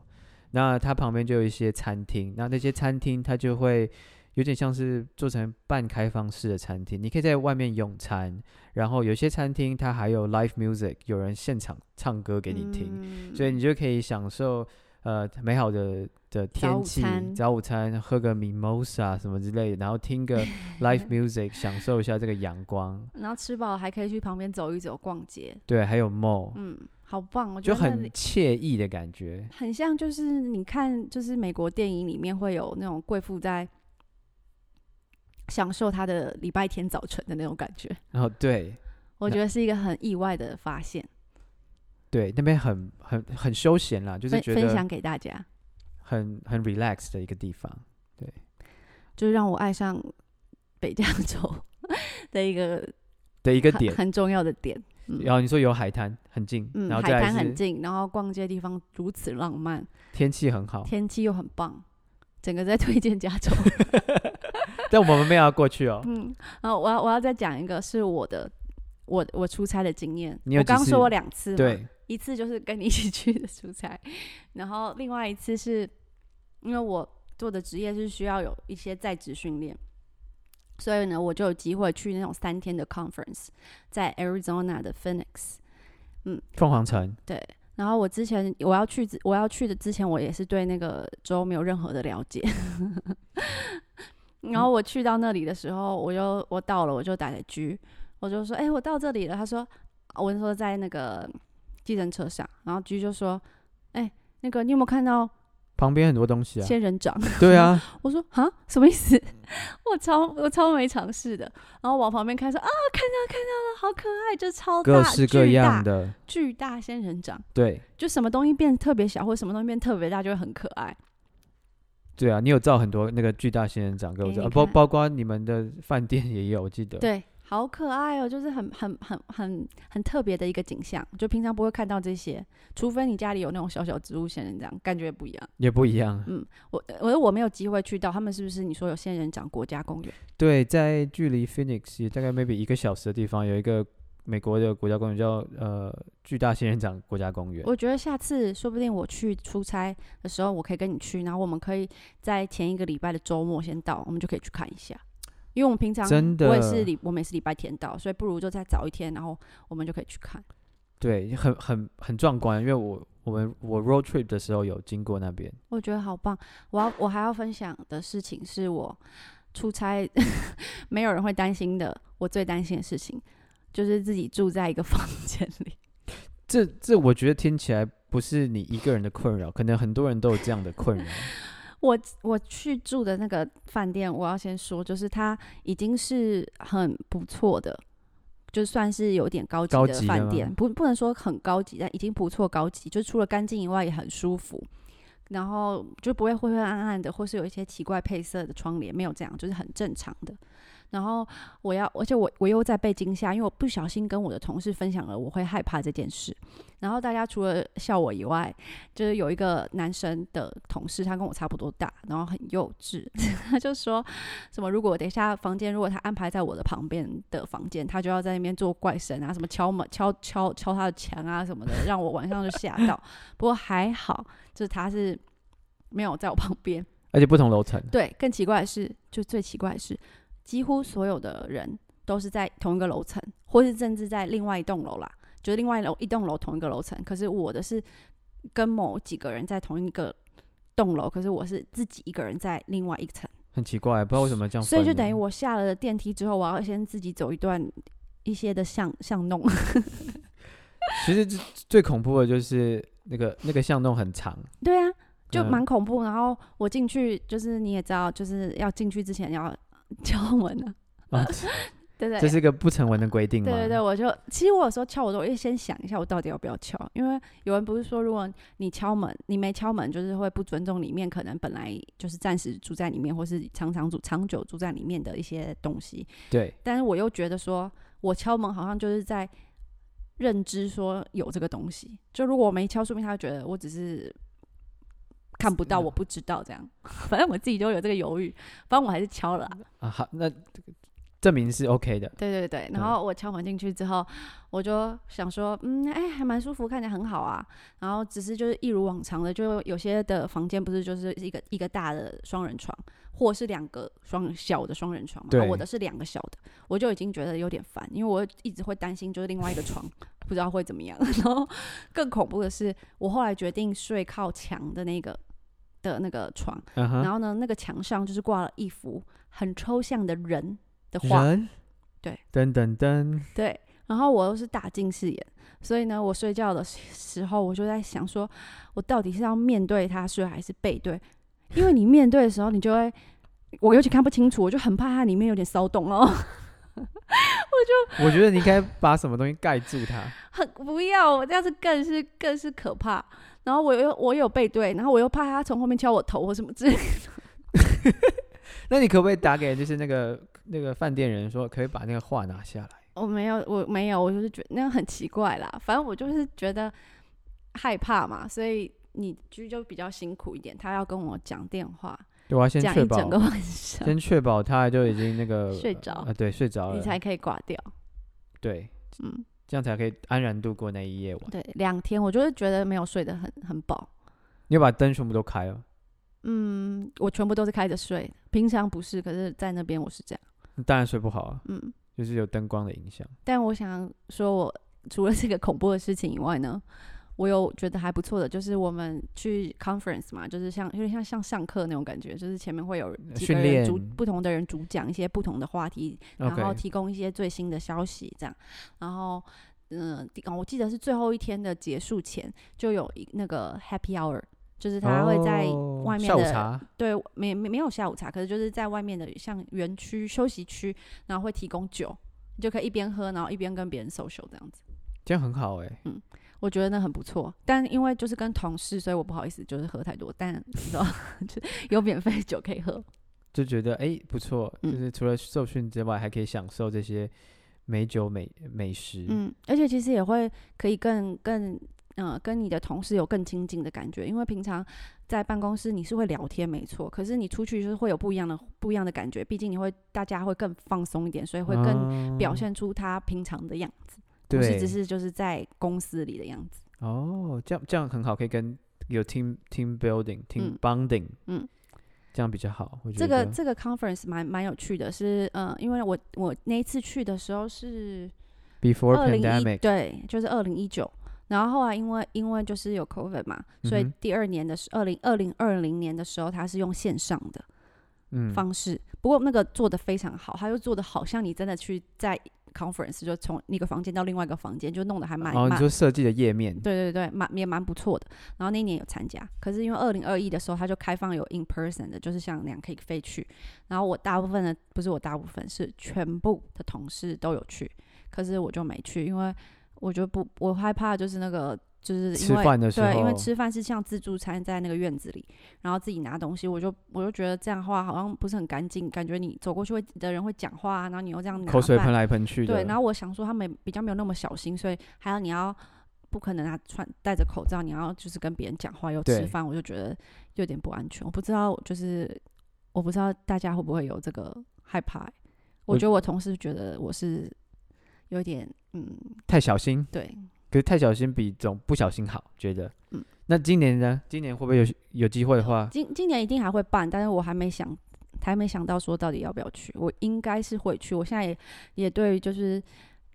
Speaker 1: 那它旁边就有一些餐厅，那那些餐厅它就会有点像是做成半开放式的餐厅，你可以在外面用餐，然后有些餐厅它还有 live music，有人现场唱歌给你听，
Speaker 2: 嗯
Speaker 1: 所以你就可以享受呃美好的的
Speaker 2: 早
Speaker 1: 天
Speaker 2: 午
Speaker 1: 气，
Speaker 2: 餐
Speaker 1: 早午餐喝个 mimosa 什么之类的，然后听 个 live music，享受一下这个阳光。
Speaker 2: 然后吃饱还可以去旁边走一走、逛街，
Speaker 1: 对，还有梦，
Speaker 2: 嗯，好棒！我觉
Speaker 1: 就
Speaker 2: 得那
Speaker 1: 很
Speaker 2: 里
Speaker 1: 惬意的感觉。
Speaker 2: 很像，就是你看，就是美国电影里面会有那种贵妇在享受她的礼拜天早晨的那种感觉，
Speaker 1: 然后对
Speaker 2: 我觉得是一个很意外的发现，
Speaker 1: 对，那边很很很休闲啦，就是
Speaker 2: 分
Speaker 1: 觉
Speaker 2: 分享
Speaker 1: 得
Speaker 2: 给大家，
Speaker 1: 很很 relax 的一个地方。
Speaker 2: 就是让我爱上。北加州 的一个
Speaker 1: 的一个
Speaker 2: 很
Speaker 1: 点。
Speaker 2: 很重要的点。嗯
Speaker 1: 然后你说有海滩很近，
Speaker 2: 嗯，
Speaker 1: 然后
Speaker 2: 海
Speaker 1: 再
Speaker 2: 滩
Speaker 1: 来
Speaker 2: 很
Speaker 1: 是
Speaker 2: 近，然后逛街的地方如此浪漫，
Speaker 1: 天气很好，
Speaker 2: 天气又很棒，整个在推 荐加州。
Speaker 1: 但我们没有要过 去哦。
Speaker 2: 嗯，然后我要我要再讲一个是我的我我出差的经验。
Speaker 1: 你有
Speaker 2: 我
Speaker 1: 几
Speaker 2: 刚
Speaker 1: 次
Speaker 2: 说我两次嘛，
Speaker 1: 对，
Speaker 2: 一次就是跟你一起去的出差，然后另外一次是因为我做的职业是需要有一些在职训练，所以呢，我就有机会去那种三天的 conference，在 Arizona 的 Phoenix。
Speaker 1: 凤凰城
Speaker 2: 对，然后我之前我要去之我要去的之前，我也是对那个州没有任何的了解。 然
Speaker 1: 嗯
Speaker 2: 后我去到那里的时候，我就我到了，我就打给 G，我就说：“哎、我到这里了。”他说：“我就说在那个计程车上。”然后 G 就说：“哎、那个你有没有看到
Speaker 1: 旁边很多东西啊。
Speaker 2: 仙人掌？”
Speaker 1: 对啊，
Speaker 2: 我说啊，什么意思？ 我超我超没尝试的。然后往旁边看说啊，看到看到了，好可爱，就超大
Speaker 1: 各式各样
Speaker 2: 的
Speaker 1: 的，
Speaker 2: 巨大仙人掌，
Speaker 1: 对
Speaker 2: 就什么东西变特别小，或者什么东西变特别大，就会很可爱。
Speaker 1: 对啊，你有造很多那个巨大仙人掌给我
Speaker 2: 给
Speaker 1: 照，
Speaker 2: 你
Speaker 1: 啊包
Speaker 2: 看
Speaker 1: 包括你们的饭店也有，我记得。
Speaker 2: 对，好可爱哦，就是很很很很很特别的一个景象，就平常不会看到这些，除非你家里有那种小小植物仙人掌，感觉不一样。
Speaker 1: 也不一样。啊
Speaker 2: 我我我没有机会去到，他们是不是你说有仙人掌国家公园？
Speaker 1: 对，在距离 Phoenix 也大概 maybe 一个小时的地方，有一个美国的国家公园叫呃巨大仙人掌国家公园。
Speaker 2: 我觉得下次说不定我去出差的时候，我可以跟你去，然后我们可以在前一个礼拜的周末先到，我们就可以去看一下。因为我们平常
Speaker 1: 真的
Speaker 2: 我也是礼，我们也是礼拜天到，所以不如就再早一天，然后我们就可以去看。
Speaker 1: 对，很很很壮观，因为我我们我 road trip 的时候有经过那边，
Speaker 2: 我觉得好棒。我要我还要分享的事情是我出差， 没有人会担心的。我最担心的事情就是自己住在一个房间里。
Speaker 1: 这这我觉得听起来不是你一个人的困扰，可能很多人都有这样的困扰。
Speaker 2: 我我去住的那个饭店，我要先说，就是它已经是很不错的，就算是有点高级
Speaker 1: 高
Speaker 2: 的
Speaker 1: 级的
Speaker 2: 饭
Speaker 1: 吗
Speaker 2: 店，不不能说很高级，但已经不错高级，就除了干净以外也很舒服，然后就不会灰灰暗暗的，或是有一些奇怪配色的窗帘，没有这样，就是很正常的。然后我要，而且我我又在被惊吓，因为我不小心跟我的同事分享了我会害怕这件事。然后大家除了笑我以外，就是有一个男生的同事，他跟我差不多大，然后很幼稚， 他就说什么如果等一下房间如果他安排在我的旁边的房间，他就要在那边做怪声啊，什么敲门、敲敲敲他的墙啊什么的，让我晚上就吓到。 不过还好，就是他是没有在我旁边，
Speaker 1: 而且不同楼层，
Speaker 2: 对，更奇怪的是，就最奇怪的是，几乎所有的人都是在同一个楼层，或是甚至在另外一栋楼啦，就是另外一楼一栋楼同一个楼层。可是我的是跟某几个人在同一个栋楼，可是我是自己一个人在另外一层，
Speaker 1: 很奇怪，不知道为什么这样分
Speaker 2: 所
Speaker 1: 呢。
Speaker 2: 以就等于我下了电梯之后，我要先自己走一段一些的巷巷弄。
Speaker 1: 其实最最恐怖的就是那个那个巷弄很长，
Speaker 2: 对啊，就
Speaker 1: 嗯
Speaker 2: 蛮恐怖。然后我进去，就是你也知道，就是要进去之前要 敲门啊，
Speaker 1: 啊，
Speaker 2: 对不对？
Speaker 1: 这是一个不成文的规定吗？
Speaker 2: 对对对，我就其实我有时候敲我都会先想一下，我到底要不要敲，因为有人不是说，如果你敲门，你没敲门，就是会不尊重里面可能本来就是暂时住在里面，或是常常住长久住在里面的一些东西。
Speaker 1: 对
Speaker 2: 但是我又觉得说，我敲门好像就是在认知说有这个东西，就如果我没敲，说明他会觉得我只是。看不到，
Speaker 1: 嗯
Speaker 2: 我不知道，这样， 反正我自己就有这个犹豫，反正我还是敲了啊、
Speaker 1: 啊，好，那证明是 OK 的，
Speaker 2: 对对对，
Speaker 1: 嗯
Speaker 2: 然后我敲门进去之后，我就想说，嗯，哎，还蛮舒服，看起来很好啊。然后只是就是一如往常的，就有些的房间不是就是一个一个大的双人床，或是两个双小的双人床嘛。
Speaker 1: 对
Speaker 2: 啊我的是两个小的，我就已经觉得有点烦，因为我一直会担心就是另外一个床不知道会怎么样。 然后更恐怖的是，我后来决定睡靠墙的那个的那个床，
Speaker 1: 嗯哼。
Speaker 2: 然后呢，那个墙上就是挂了一幅很抽象的人的画。
Speaker 1: 人，
Speaker 2: 对，
Speaker 1: 噔噔噔，
Speaker 2: 对，然后我又是大近视眼，所以呢，我睡觉的时时候我就在想说，我到底是要面对他睡还是背对？因为你面对的时候，你就会，我尤其看不清楚，我就很怕它里面有点骚动哦。
Speaker 1: 我觉得你应该把什么东西盖住它。
Speaker 2: 很不要，我这样子更是更是可怕。然后我又我有背对，然后我又怕他从后面敲我头或什么之类的。
Speaker 1: 那你可不可以打给就是那个那个饭店人说，可不可以把那个画拿下来。
Speaker 2: 我没有，我没有，我就是觉得那样很奇怪啦。反正我就是觉得害怕嘛，所以你居就比较辛苦一点。他要跟我讲电话，
Speaker 1: 对，我啊要先
Speaker 2: 讲
Speaker 1: 确
Speaker 2: 一整
Speaker 1: 保
Speaker 2: 个，晚上，
Speaker 1: 先确保他就已经那个
Speaker 2: 睡着
Speaker 1: 呃，对，睡着了，
Speaker 2: 你才可以挂掉。
Speaker 1: 对，
Speaker 2: 嗯，
Speaker 1: 这样才可以安然度过那一夜晚。
Speaker 2: 对，两天我就是觉得没有睡得很很饱。
Speaker 1: 你有把灯全部都开了，
Speaker 2: 嗯，我全部都是开着睡，平常不是，可是在那边我是这样。
Speaker 1: 你当然睡不好啊，
Speaker 2: 嗯，
Speaker 1: 就是有灯光的影响。
Speaker 2: 但我想说我，除了这个恐怖的事情以外呢，我有觉得还不错的，就是我们去 conference 嘛，就是像有点像像上课那种感觉，就是前面会有几个
Speaker 1: 呃训
Speaker 2: 人
Speaker 1: 练
Speaker 2: 主不同的人主讲一些不同的话题，然后
Speaker 1: OK，
Speaker 2: 提供一些最新的消息，这样，然后。嗯，第我记得是最后一天的结束前就有一那个 happy hour，就是他会在
Speaker 1: 哦
Speaker 2: 外面
Speaker 1: 下午
Speaker 2: 的
Speaker 1: 茶
Speaker 2: 对，没没没有下午茶，可是就是在外面的像园区休息区，然后会提供酒，你就可以一边喝，然后一边跟别人 social 这样子。
Speaker 1: 这样很好哎、
Speaker 2: 我觉得那很不错，但因为就是跟同事，所以我不好意思就是喝太多，但你知道 就有免费酒可以喝。
Speaker 1: 就觉得哎、不错，就
Speaker 2: 嗯
Speaker 1: 是除了受训之外，还可以享受这些美酒美美食。
Speaker 2: 嗯，而且其实也会可以更更呃跟你的同事有更亲近的感觉，因为平常在办公室你是会聊天没错，可是你出去就是会有不一样的不一样的感觉，毕竟你会大家会更放松一点，所以会
Speaker 1: 哦
Speaker 2: 更
Speaker 1: 更
Speaker 2: 表现出他平常的样子。不是
Speaker 1: 对，
Speaker 2: 只是就是在公司里的样子。
Speaker 1: 哦，这样这样很好，可以跟有 team team building team
Speaker 2: 嗯
Speaker 1: bonding，
Speaker 2: 嗯，
Speaker 1: 这样比较好。我觉
Speaker 2: 这
Speaker 1: 得
Speaker 2: 个这个 conference 蛮蛮有趣的是，嗯，因为我我那一次去的时候是
Speaker 1: before
Speaker 2: 二零一
Speaker 1: pandemic，
Speaker 2: 对，就是二零一九。然后后来因为因为就是有 COVID 嘛，所
Speaker 1: 嗯
Speaker 2: 以
Speaker 1: 哼
Speaker 2: 第二年的时二零二零二零年的时候，它是用线上的
Speaker 1: 嗯，
Speaker 2: 方式。不过那个做的非常好，它就做的好像你真的去在 conference 就从一个房间到另外一个房间，就弄得还蛮
Speaker 1: 哦，你
Speaker 2: 蛮
Speaker 1: 说设计的页面，
Speaker 2: 对对对，蛮也蛮不错的。然后那一年有参加，可是因为二零二一的时候，他就开放有 in person 的，就是像那样可以飞去。然后我大部分的不是我大部分是全部的同事都有去，可是我就没去，因为我就不我害怕就是那个就是
Speaker 1: 吃
Speaker 2: 因为
Speaker 1: 饭的时候，
Speaker 2: 对，因为吃饭是像自助餐在那个院子里，然后自己拿东西，我就我就觉得这样的话好像不是很干净，感觉你走过去会的人会讲话啊，然后你又这样拿
Speaker 1: 口水
Speaker 2: 饭
Speaker 1: 喷来喷去的，
Speaker 2: 对，然后我想说他们比较没有那么小心，所以还有你要不可能啊，穿戴着口罩，你要就是跟别人讲话又吃
Speaker 1: 对
Speaker 2: 饭，我就觉得有点不安全。我不知道，就是我不知道大家会不会有这个害怕欸、我
Speaker 1: 我
Speaker 2: 觉得我同事觉得我是有点嗯，
Speaker 1: 太小心，
Speaker 2: 对，
Speaker 1: 可是太小心比总不小心好，觉得。
Speaker 2: 嗯
Speaker 1: 那今年呢？今年会不会有有机会的话，
Speaker 2: 今今年一定还会办，但是我还没想。还没想到说到底要不要去，我应该是会去。我现在也也对，就是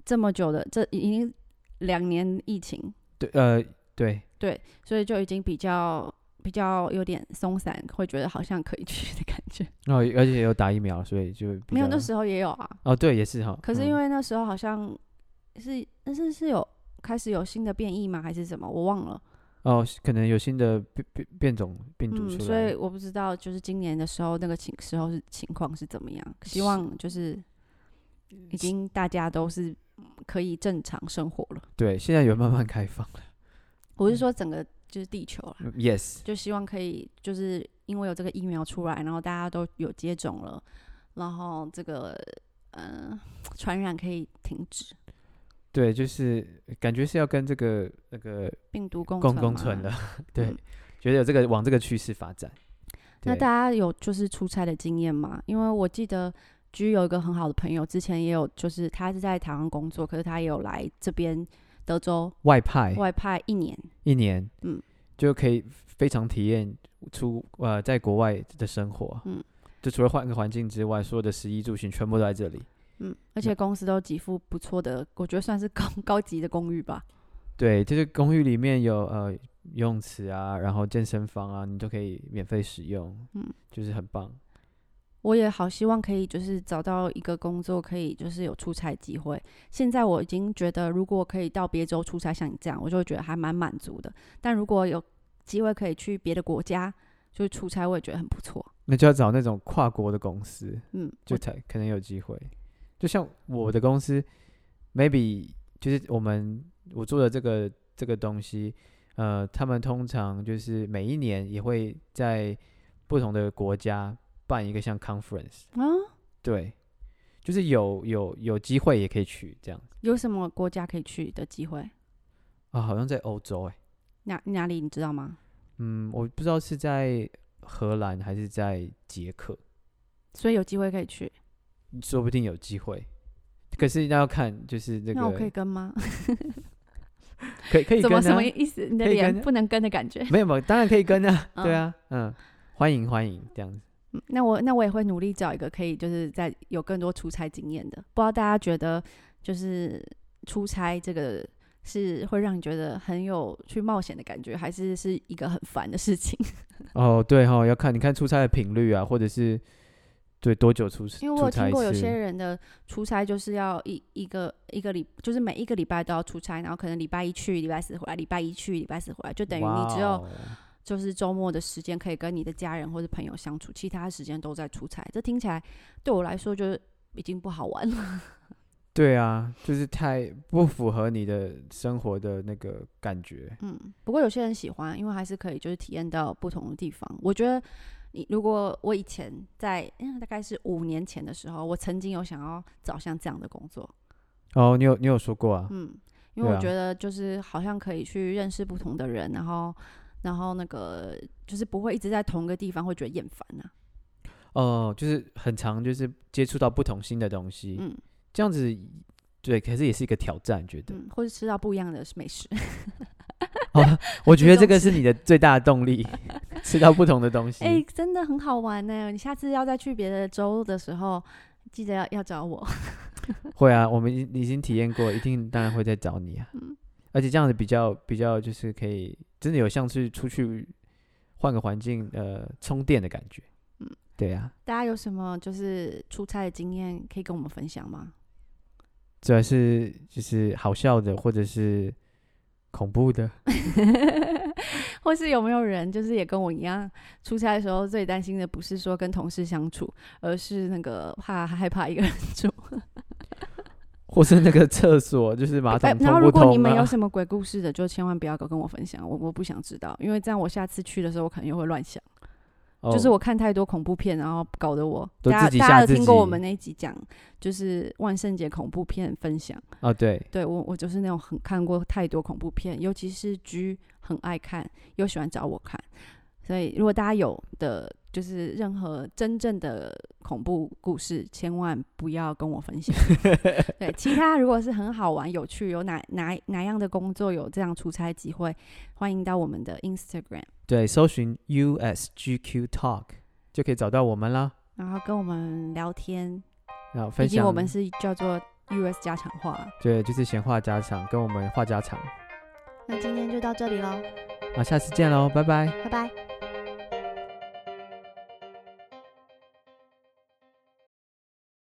Speaker 2: 这么久的，这已经两年疫情，
Speaker 1: 对，呃，对，
Speaker 2: 对，所以就已经比较比较有点松散，会觉得好像可以 去的感觉。
Speaker 1: 然后而且有打疫苗，所以就比
Speaker 2: 没有，
Speaker 1: 较
Speaker 2: 那时候也有啊，
Speaker 1: 哦，对，也是哈。
Speaker 2: 可是因
Speaker 1: 嗯
Speaker 2: 为那时候好像是，但是是有开始有新的变异吗？还是什么？我忘了。
Speaker 1: 哦，可能有新的变变变种病毒
Speaker 2: 嗯，
Speaker 1: 出
Speaker 2: 所
Speaker 1: 来
Speaker 2: 以，我不知道，就是今年的时候那个情时候是情况是怎么样。希望就是
Speaker 1: 嗯
Speaker 2: 已经大家都是可以正常生活了。
Speaker 1: 对，现在有慢慢开放了。
Speaker 2: 我是说整个就是地球啦，
Speaker 1: 嗯 Yes，
Speaker 2: 就希望可以，就是因为有这个疫苗出来，然后大家都有接种了，然后这个呃传染可以停止，
Speaker 1: 对，就是感觉是要跟这个那个
Speaker 2: 病毒共
Speaker 1: 共
Speaker 2: 嘛
Speaker 1: 共存了。， 对，
Speaker 2: 嗯
Speaker 1: 觉得有这个往这个趋势发展。
Speaker 2: 那
Speaker 1: 对
Speaker 2: 大家有就是出差的经验吗？因为我记得居有一个很好的朋友，之前也有就是他是在台湾工作，可是他也有来这边德州
Speaker 1: 外派
Speaker 2: 外派一年，
Speaker 1: 一年，
Speaker 2: 嗯，
Speaker 1: 就可以非常体验出呃在国外的生活，
Speaker 2: 嗯，
Speaker 1: 就除了换个环境之外，所有的食衣住行全部都在这里。
Speaker 2: 嗯，而且公司都给付不错的，我觉得算是高 高级的公寓吧，
Speaker 1: 对，就是公寓里面有呃游泳池啊，然后健身房啊，你都可以免费使用，
Speaker 2: 嗯，
Speaker 1: 就是很棒。
Speaker 2: 我也好希望可以就是找到一个工作，可以就是有出差机会。现在我已经觉得，如果可以到别州出差，像你这样，我就觉得还蛮满足的。但如果有机会可以去别的国家，就是出差，我也觉得很不错。
Speaker 1: 那就要找那种跨国的公司，
Speaker 2: 嗯，
Speaker 1: 就
Speaker 2: 我嗯
Speaker 1: 才可能有机会。就像我的公司，maybe 就是我们我做的这个这个东西，呃，他们通常就是每一年也会在不同的国家办一个像 conference，
Speaker 2: 啊，
Speaker 1: 对，就是有有有机会也可以去这样子
Speaker 2: 有什么国家可以去的机会？
Speaker 1: 啊，好像在欧洲哎、
Speaker 2: 哪哪里你知道吗？
Speaker 1: 嗯，我不知道是在荷兰还是在捷克，
Speaker 2: 所以有机会可以去。
Speaker 1: 说不定有机会。可是那要看，就是这个
Speaker 2: 那我可以跟吗？
Speaker 1: 可以可以
Speaker 2: 怎
Speaker 1: 跟、啊、
Speaker 2: 么什么意思？你的
Speaker 1: 可以跟
Speaker 2: 脸
Speaker 1: 啊
Speaker 2: 不能跟的感 觉。
Speaker 1: 没有没有，当然可以跟啊，
Speaker 2: 嗯
Speaker 1: 对啊，嗯，欢迎欢迎这样子。
Speaker 2: 嗯那我那我也会努力找一个可以就是在有更多出差经验的。不知道大家觉得就是出差这个是会让你觉得很有去冒险的感觉，还是是一个很烦的事情？
Speaker 1: 哦，对哈、哦，要看你看出差的频率啊，或者是对多久出
Speaker 2: 因为我有
Speaker 1: 出差
Speaker 2: 听
Speaker 1: 一
Speaker 2: 过有
Speaker 1: 次
Speaker 2: 些人的出差就是要一一个一个礼，就是每一个礼拜都要出差，然后可能礼拜一去，礼拜四回来，礼拜一去，礼拜四回来，就等于你只
Speaker 1: 哇
Speaker 2: 有
Speaker 1: 哦
Speaker 2: 就是周末的时间可以跟你的家人或者朋友相处，其他时间都在出差。这听起来对我来说就是已经不好玩了。
Speaker 1: 对啊，就是太不符合你的生活的那个感觉。
Speaker 2: 嗯，不过有些人喜欢，因为还是可以就是体验到不同的地方。我觉得你如果我以前在嗯大概是五年前的时候，我曾经有想要找像这样的工作，
Speaker 1: 哦，你有你有说过啊？
Speaker 2: 嗯，因为我
Speaker 1: 对啊
Speaker 2: 觉得就是好像可以去认识不同的人，然后然后那个就是不会一直在同一个地方会觉得厌烦呐、嗯
Speaker 1: 哦，就是很常就是接触到不同新的东西，
Speaker 2: 嗯
Speaker 1: 这样子对，可是也是一个挑战，觉得。
Speaker 2: 嗯，或者吃到不一样的美食。
Speaker 1: 我觉得
Speaker 2: 这
Speaker 1: 这个
Speaker 2: 种
Speaker 1: 是你的最大的动 力，吃到不同的东西。
Speaker 2: 哎、真的很好玩呢、你下次要再去别的州的时候，记得要要找我。
Speaker 1: 会啊，我们已已经体验过，一定当然会再找你啊。
Speaker 2: 嗯
Speaker 1: 而且这样子比较比较就是可以真的有像是出去换个环境呃充电的感觉。
Speaker 2: 嗯
Speaker 1: 对啊，
Speaker 2: 大家有什么就是出差的经验可以跟我们分享吗？
Speaker 1: 主要是就是好笑的或者是恐怖 的。
Speaker 2: 或是有没有人就是也跟我一样，出差的时候最担心的不是说跟同事相处，而是那个怕害怕一个人住。
Speaker 1: 或是那个厕所就是马
Speaker 2: 哎
Speaker 1: 桶
Speaker 2: 然
Speaker 1: 啊
Speaker 2: 后
Speaker 1: 通
Speaker 2: 如
Speaker 1: 不
Speaker 2: 果你
Speaker 1: 通
Speaker 2: 们有
Speaker 1: 啊？
Speaker 2: 什么鬼故事的，就千万不要跟我分享，我我不想知道，因为这样我下次去的时候我可能又会乱想。
Speaker 1: 哦
Speaker 2: 就是我看太多恐怖片，然后搞得我
Speaker 1: 都
Speaker 2: 大
Speaker 1: 自己
Speaker 2: 家大家
Speaker 1: 吓
Speaker 2: 有
Speaker 1: 自
Speaker 2: 听过我
Speaker 1: 己
Speaker 2: 们那一集讲，就是万圣节恐怖片分享。
Speaker 1: 哦对，
Speaker 2: 对我，我就是那种很看过太多恐怖片，尤其是 G 很爱看，又喜欢找我看。所以，如果大家有的就是任何真正的恐怖故事，千万不要跟我 分享。对，其他如果是很好玩、有趣，有哪哪哪样的工作有这样出差机会，欢迎到我们的 Instagram，
Speaker 1: 对，搜寻 USGQ Talk 就可以找到我们啦。
Speaker 2: 然后跟我们聊天。
Speaker 1: 然后分
Speaker 2: 毕竟
Speaker 1: 享
Speaker 2: 我们是叫做 US 家常话。
Speaker 1: 对，就是闲话家常，跟我们话家常。啊
Speaker 2: 那今天就到这里喽，
Speaker 1: 好，下次见喽，拜拜。
Speaker 2: 拜拜。